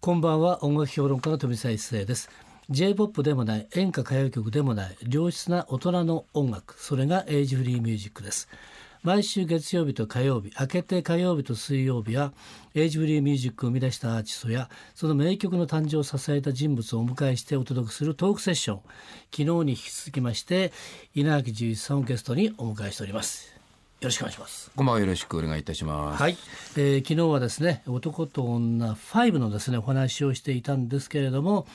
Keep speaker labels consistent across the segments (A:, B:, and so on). A: こんばんは音楽評論家の富澤一世です J-POP でもない演歌歌謡曲でもない良質な大人の音楽それがエイジフリーミュージックです毎週月曜日と火曜日明けて火曜日と水曜日はエイジフリーミュージックを生み出したアーティストやその名曲の誕生を支えた人物をお迎えしてお届けするトークセッション昨日に引き続きまして稲垣十一さんをゲストにお迎えしておりますよろしくお願いします
B: こんばんはよろしくお願いいたします。
A: はい、えー昨日はですね男と女5のですねお話をしていたんですけれども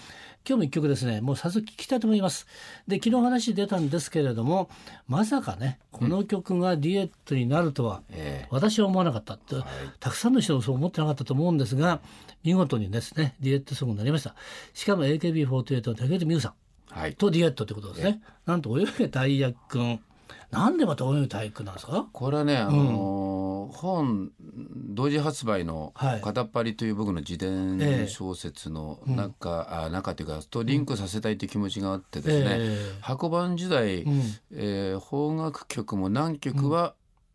A: 今日も一曲ですねもう早速聞きたいと思いますで昨日話出たんですけれどもまさかねこの曲がデュエットになるとは、
B: え
A: 私は思わなかったって、たくさんの人もそう思ってなかったと思うんですが見事にですねデュエットソングになりましたしかも AKB48 の竹内美優さん
B: はい。
A: とデュエットってことですねなんと泳げ大役くんなんでまた泳げ大役くんなんですか
B: これはね、あのー本同時発売の
A: はい
B: 「片っ張り」という僕の自
A: ええ
B: 伝小説の中、あ中というかとリンクさせたいって気持ちがあってですね、
A: え
B: 箱番時代、
A: えうん
B: えー邦楽曲も何曲は、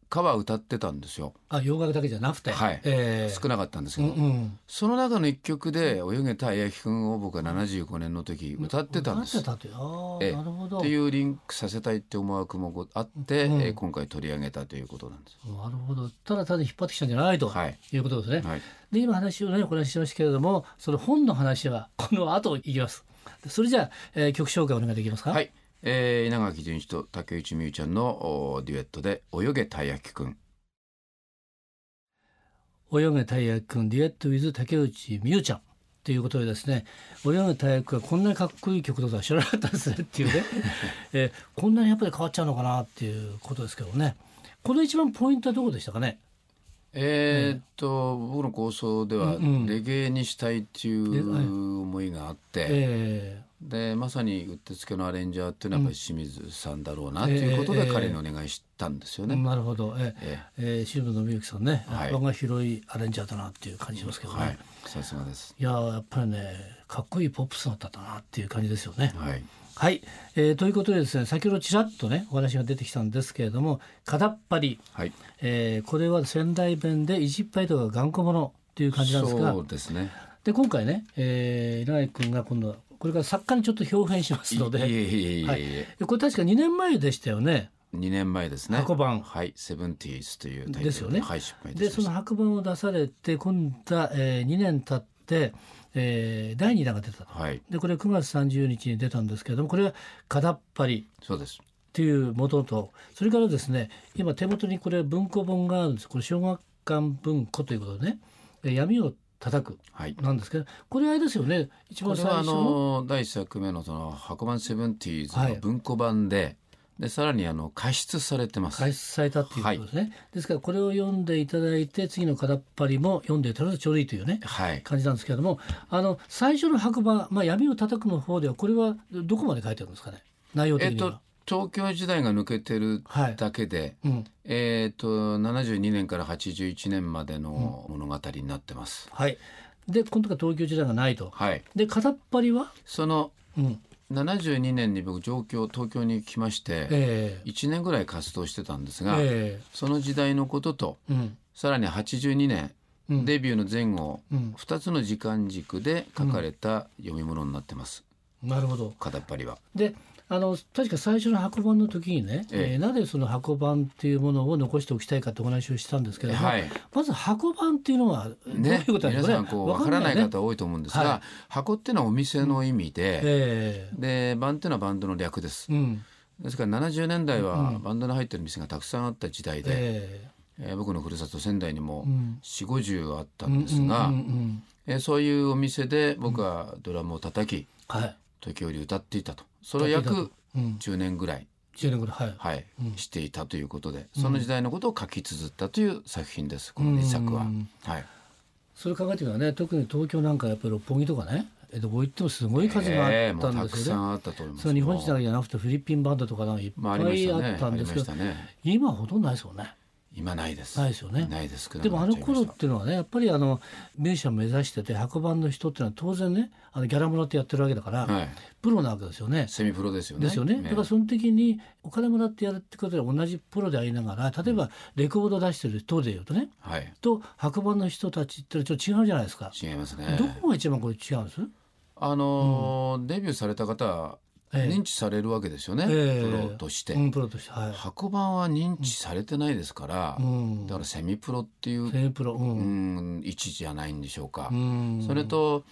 B: かは歌ってたんですよ
A: あ洋楽だけじゃなくて、
B: はい
A: ええ
B: 少なかったんですけ
A: う
B: ど、
A: んうん、
B: その中の一曲で「泳げた綾木くん」を僕は75年の時歌ってたんです
A: なって。たというああ、
B: ええ
A: なるほど
B: っていうリンクさせたいって思惑もこうあって、
A: うん
B: えー今回取り上げたということなんです。
A: なるほどただただ引っ張ってきたんじゃないと、
B: はいい、
A: うことですね、
B: はい、
A: で今話をねお話ししましたけれどもその本の話はこの後いきますそれじゃあ、えー曲紹介お願いできますか、、
B: はいいえー稲垣潤一と竹内美優ちゃんのおーデュエットで「泳げたいやきくん
A: 泳げ大役くんデュエット with 竹内美優ちゃんということでですね泳げ大役がこんなにかっこいい曲だとは知らなかったですねっていう ね、えーこんなにやっぱり変わっちゃうのかなっていうことですけどねこの一番ポイントはどこでしたかね」
B: えーっと僕の構想では
A: うんうん
B: レゲエにしたいってい
A: ではいう
B: 思いがあって、
A: えー
B: でまさにうってつけのアレンジャーっていうのはやっぱり清水さんだろうなということで
A: ええ
B: 彼にお願いしたんですよね。
A: なるほど、え
B: え
A: ええー、新聞のみゆきさんね、
B: はい
A: 幅が広いアレンジャーだなっていう感じしますけどね。
B: はいい、、さすがです。
A: やーやっぱりね、かっこいいポップスだったなっていう感じですよね。
B: はい、
A: はい、えーということでですね、先ほどちらっとね、お話が出てきたんですけれども、片っ端、
B: はい、
A: えーこれは仙台弁で意地っぱいとか頑固者っていう感じなんですが
B: そ、うですね。
A: で今回ね、えー、稲垣君が今度はこれから作家にちょっと表変しますの
B: い
A: で、
B: えいえいえいえ、
A: はいこれ確か2年前でしたよね。
B: 2年前ですね。
A: 箱版
B: はい、セブンティーズというタイトル
A: ですよね
B: はい、失敗いたし
A: で
B: ま
A: そ
B: し
A: の
B: た。
A: 白文を出されて今度は、えー、2年経って、えー第2弾が出たと
B: はい、
A: でこれ9月30日に出たんですけれどもこれは「片っ張り」
B: そうです。
A: っていう元とそれからですね今手元にこれ文庫本があるんですこれ小学館文庫ということでね「えー闇を叩く
B: はい」。
A: なんですけどこれあれですよね一
B: こ
A: 番
B: れ
A: 最
B: はあ
A: 初の
B: の第1作目のその箱版セブンティーズ
A: はい
B: の文庫版で、でさらにあの加筆されてます。
A: 開始されたっていうことですね、ですからこれを読んでいただいて次の「片っ張り」も読んでいただくとちょうどいいというね
B: はい。
A: 感じなんですけれどもあの最初の白馬、まあ、闇を叩くの方ではこれはどこまで書いてあるんですかね内容
B: え
A: 的
B: っ
A: には。
B: と東京時代が抜けてる
A: はい
B: だけで、
A: うん
B: えっと72年から81年までの物語になってます。
A: はい、で今度は東京時代がないと。
B: はい。
A: で片っ張りは、
B: その
A: うん
B: 72年に僕上京東京に来まして、
A: ええ
B: 1年ぐらい活動してたんですが、
A: え
B: その時代のことと
A: えうん
B: さらに82年、
A: うん
B: デビューの前後
A: うん、
B: 2つの時間軸で書かれた読み物になってます、
A: なるほど
B: 片っ張りは。
A: であの確か最初の箱版の時にね、
B: ええ
A: えーなぜその箱版っていうものを残しておきたいかってお話をしたんですけれども、
B: はい
A: まず箱版っていうのはどういう
B: ね、
A: ことなんで
B: 皆
A: すかね
B: さんこう
A: わ
B: 分からない
A: ね
B: 方多いと思うんですが、
A: は
B: 箱ってのはお店の意味で、
A: え
B: でバンってのはバンドの略です
A: えうん
B: ですから70年代はバンドの入ってる店がたくさんあった時代で、
A: え
B: えー僕のふるさと仙台にも
A: えうん
B: 4 5 0あったんですが、
A: うんうんうんうん
B: えーそういうお店で僕はドラムを叩き
A: はい。
B: 時折歌っていたとそれを約
A: うん。
B: 10年ぐらい
A: 10年ぐらい。はい。
B: はい、
A: うん
B: していたということで、その時代のことを書き綴ったという作品です。この2作は、
A: うん
B: はい、
A: それ考えてみたらね、特に東京なんかやっぱり六本木とかね、江戸こ行ってもすごい数があ
B: ええ
A: った
B: もうんた
A: で
B: く
A: す
B: さ
A: よね。
B: んあったと思います。
A: その日本人だけじゃなくてフィリピンバンドとかなんかいっ
B: まあ
A: ぱ
B: ありまし
A: い
B: たね。
A: あったんですけど、
B: ありましたね。
A: 今ほとんどないですもんね。
B: 今ないです
A: ないですよね
B: ないですけど
A: でもあの頃っていうのはねやっぱりあのミュージシャン目指してて白番の人っていうのは当然ねあのギャラもらってやってるわけだから、
B: はい
A: プロなわけですよね。
B: セミプロですよね
A: ですよね。だからその時にお金もらってやるってことで同じプロでありながら例えばレコード出してる等でいうとね
B: はい
A: と白番の人たちってちょっと違うじゃないですか。
B: 違いますね
A: どこが一番これ違うんです
B: あのーデビューされた方は
A: ええ
B: 認知されるわけですよね、
A: ええ
B: プロとして、
A: うん、プロとして。はい。
B: 箱版は認知されてないですから、
A: うん
B: だからセミプロっていう、
A: セミプロ。う。
B: うんん、位置じゃないんでしょうか、
A: うん
B: それと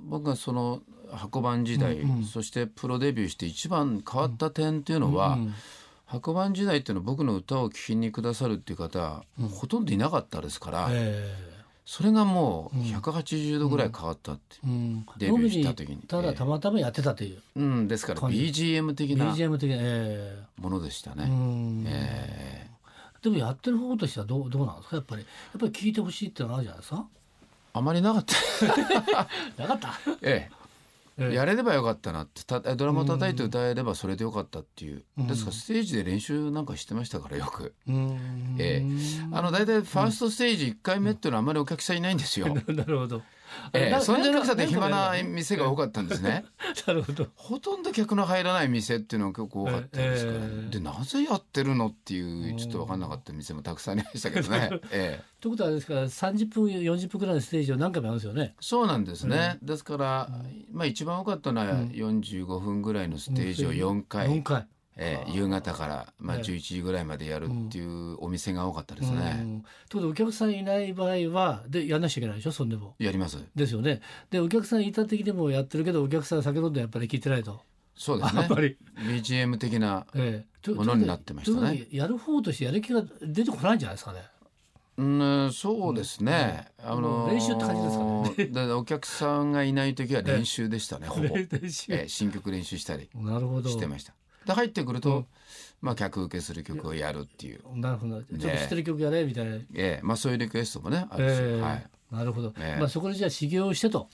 B: 僕がその箱版時代、
A: うんうん
B: そしてプロデビューして一番変わった点っていうのは、
A: うん
B: 箱版時代っていうのは僕の歌を聴きにくださるっていう方、ほとんどいなかったですから、
A: え
B: それがもう180度ぐらい変わったって、
A: えうん。
B: デビューした時に
A: 飲みただたまたまやってたという。
B: うんですから
A: 感じ
B: BGM 的な
A: BGM 的な。え
B: ものでした
A: えう
B: ね。
A: ん。
B: えー
A: でもやってる方としてはどうどうなんですかやっぱりやっぱり聞いてほしいってのがあるじゃないですか。
B: あまりなかった、
A: なかった。
B: え
A: え
B: え
A: え
B: やれればよかったなってたドラマ叩いて歌えればそれでよかったっていう、
A: うん
B: ですからステージで練習なんかしてましたからよく、
A: うん。
B: ええあの大体ファーストステージ1回目っていうのはあんまりお客さんいないんです よ、
A: なるほど。
B: ええ、そんじゃなくたって暇な
A: な
B: 店が多かったんですね
A: るほど。
B: ほとんど客の入らない店っていうのが結構多かったですから、
A: ええ
B: でなぜやってるのっていううんちょっと分かんなかった店もたくさんありましたけど ね、ええ、
A: ということはあれですから30分40分くらいのステージを何回もやるんですよね。
B: そうなんですね、ですから、まあ一番多かったのは45分ぐらいのステージを4回、
A: 4回。
B: ええ、夕方から、まあ、
A: ええ
B: 11時ぐらいまでやるっていうお店が多かったです
A: う
B: ね、
A: んということでお客さんいない場合はでやんなきゃいけないでしょそんでも。
B: やります
A: ですよね。でお客さんいた的でもやってるけどお客さん酒飲んでやっぱり聞いてないと。
B: そうですね
A: やっぱり。
B: BGM 的な
A: ええと
B: ものになってましたね。
A: ということでやる方としてやる気が出てこないんじゃないですかね。
B: うん、そうですね。あのー
A: 練習って感じですか
B: だ からお客さんがいない時は練習でした ね、ほぼ。え
A: 練習
B: え新曲練習したり
A: なるほど。
B: してました。で入ってくると、まあ客受けする曲をやるっていう、
A: なるほど。ちょっと知ってる曲やれみたいな。
B: ええまあそういうリクエストもねあるし、
A: ええ
B: はい。
A: なるほど。
B: ええ
A: まあそこでじゃあ修行をしてと。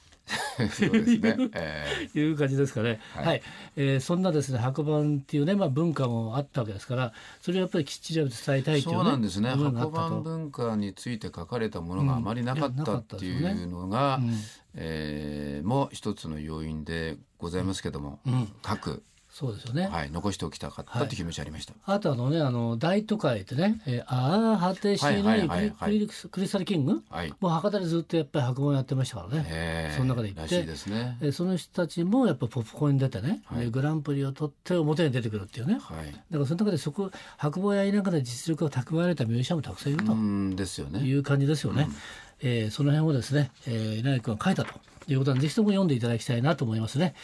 B: そうですね。 え
A: いう感じですかね。はい、えーそんなですね白板っていうねまあ文化もあったわけですから、それをやっぱりきっちり伝えた
B: え
A: いという、ね、
B: そうなんですね。
A: 思いがあ
B: 箱
A: ったと
B: 版文化について書かれたものがあまりなかったって
A: うんいやなかったです
B: い
A: よ
B: うのが、
A: うん
B: ええもう一つの要因でございますけども、書く、
A: そうですよね。
B: はい、残しておきたかったって気持ちありました。
A: あとあのねあの大都会ってね、えー、ああ果てしない
B: はいはい
A: ク
B: はい
A: リ
B: は
A: ク
B: い
A: リクリスタルキング、
B: はい
A: もう博多でずっとやっぱり白板やってましたからね。
B: ええ
A: その中で行
B: ら
A: っ
B: していですね。
A: えーその人たちもやっぱポップコーンに出てね、
B: はい
A: でグランプリを取って表に出てくるっていうね。
B: はい。
A: だからその中でそこ白板やりながら実力を蓄えられたミュージシャンもたくさんいると。
B: うんですよね。
A: いう感じですよね。えーその辺をですね、えー、稲垣君が書いたということなんで、ぜひとも読んでいただきたいなと思いますね。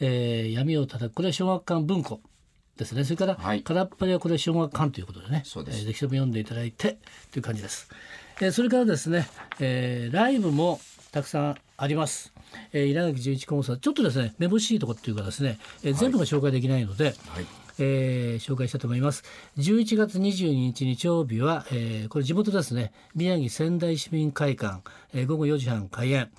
A: えー闇を叩く、これは小学館文庫ですね。それから、
B: はい
A: 空っぽではこれは小学館ということでね、
B: そうです
A: えーぜひとも読んでいただいてという感じです。えーそれからですね、えーライブもたくさんあります。えー稲垣十一コンサート、ちょっとですね、めぼしいところっていうかですね、えー全部が紹介できないので、
B: はい。
A: えー紹介したいと思います11月22日日曜日は、えーこれ地元ですね宮城仙台市民会館、えー午後4時半開演、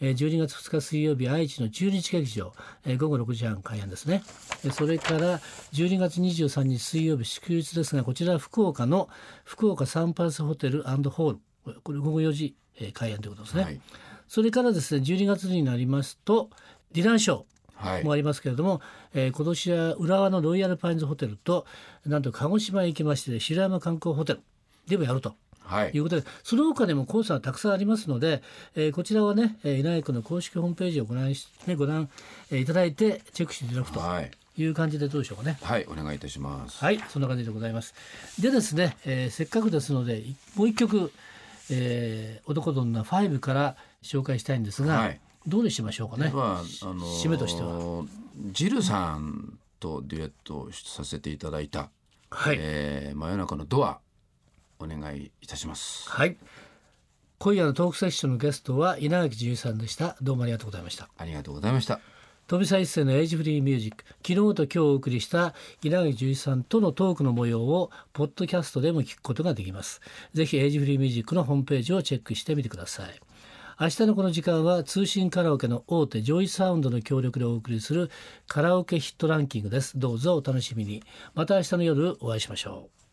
A: えー12月2日水曜日愛知の中日劇場、えー午後6時半開演ですねえーそれから12月23日水曜日祝日ですがこちらは福岡の福岡サンパルスホテルホールこれこれ午後4時、えー開演ということですね、
B: はい。
A: それからですね12月になりますとディランショー
B: はい
A: も。ありますけれども、えー今年は浦和のロイヤルパインズホテルとなんと鹿児島へ行きまして白山観光ホテルでもやると
B: はいい。
A: うことでその他にもコンサートたくさんありますので、えーこちらはね、えー、稲垣君の公式ホームページをご覧し、ね、ご覧えーいただいてチェックしていただくと
B: はい。
A: いう感じでどうでしょうかね。
B: はい。お願いいたします。
A: はい、そんな感じでございます。でですね、えーせっかくですので、いもう一曲、えー、男どんな5から紹介したいんですが、
B: はい
A: どうにしましょうかね。
B: では、あの
A: 締めとしては。
B: ジルさんとデュエットをさせていただいた、
A: はい。
B: えー真夜中のドア、お願いいたします。
A: はい。今夜のトークセッションのゲストは稲垣十一さんでした。どうもありがとうございました。
B: ありがとうございました。
A: 富澤一世のエイジフリーミュージック昨日と今日お送りした稲垣十一さんとのトークの模様をポッドキャストでも聞くことができますぜひエイジフリーミュージックのホームページをチェックしてみてください明日のこの時間は通信カラオケの大手ジョイサウンドの協力でお送りするカラオケヒットランキングですどうぞお楽しみにまた明日の夜お会いしましょう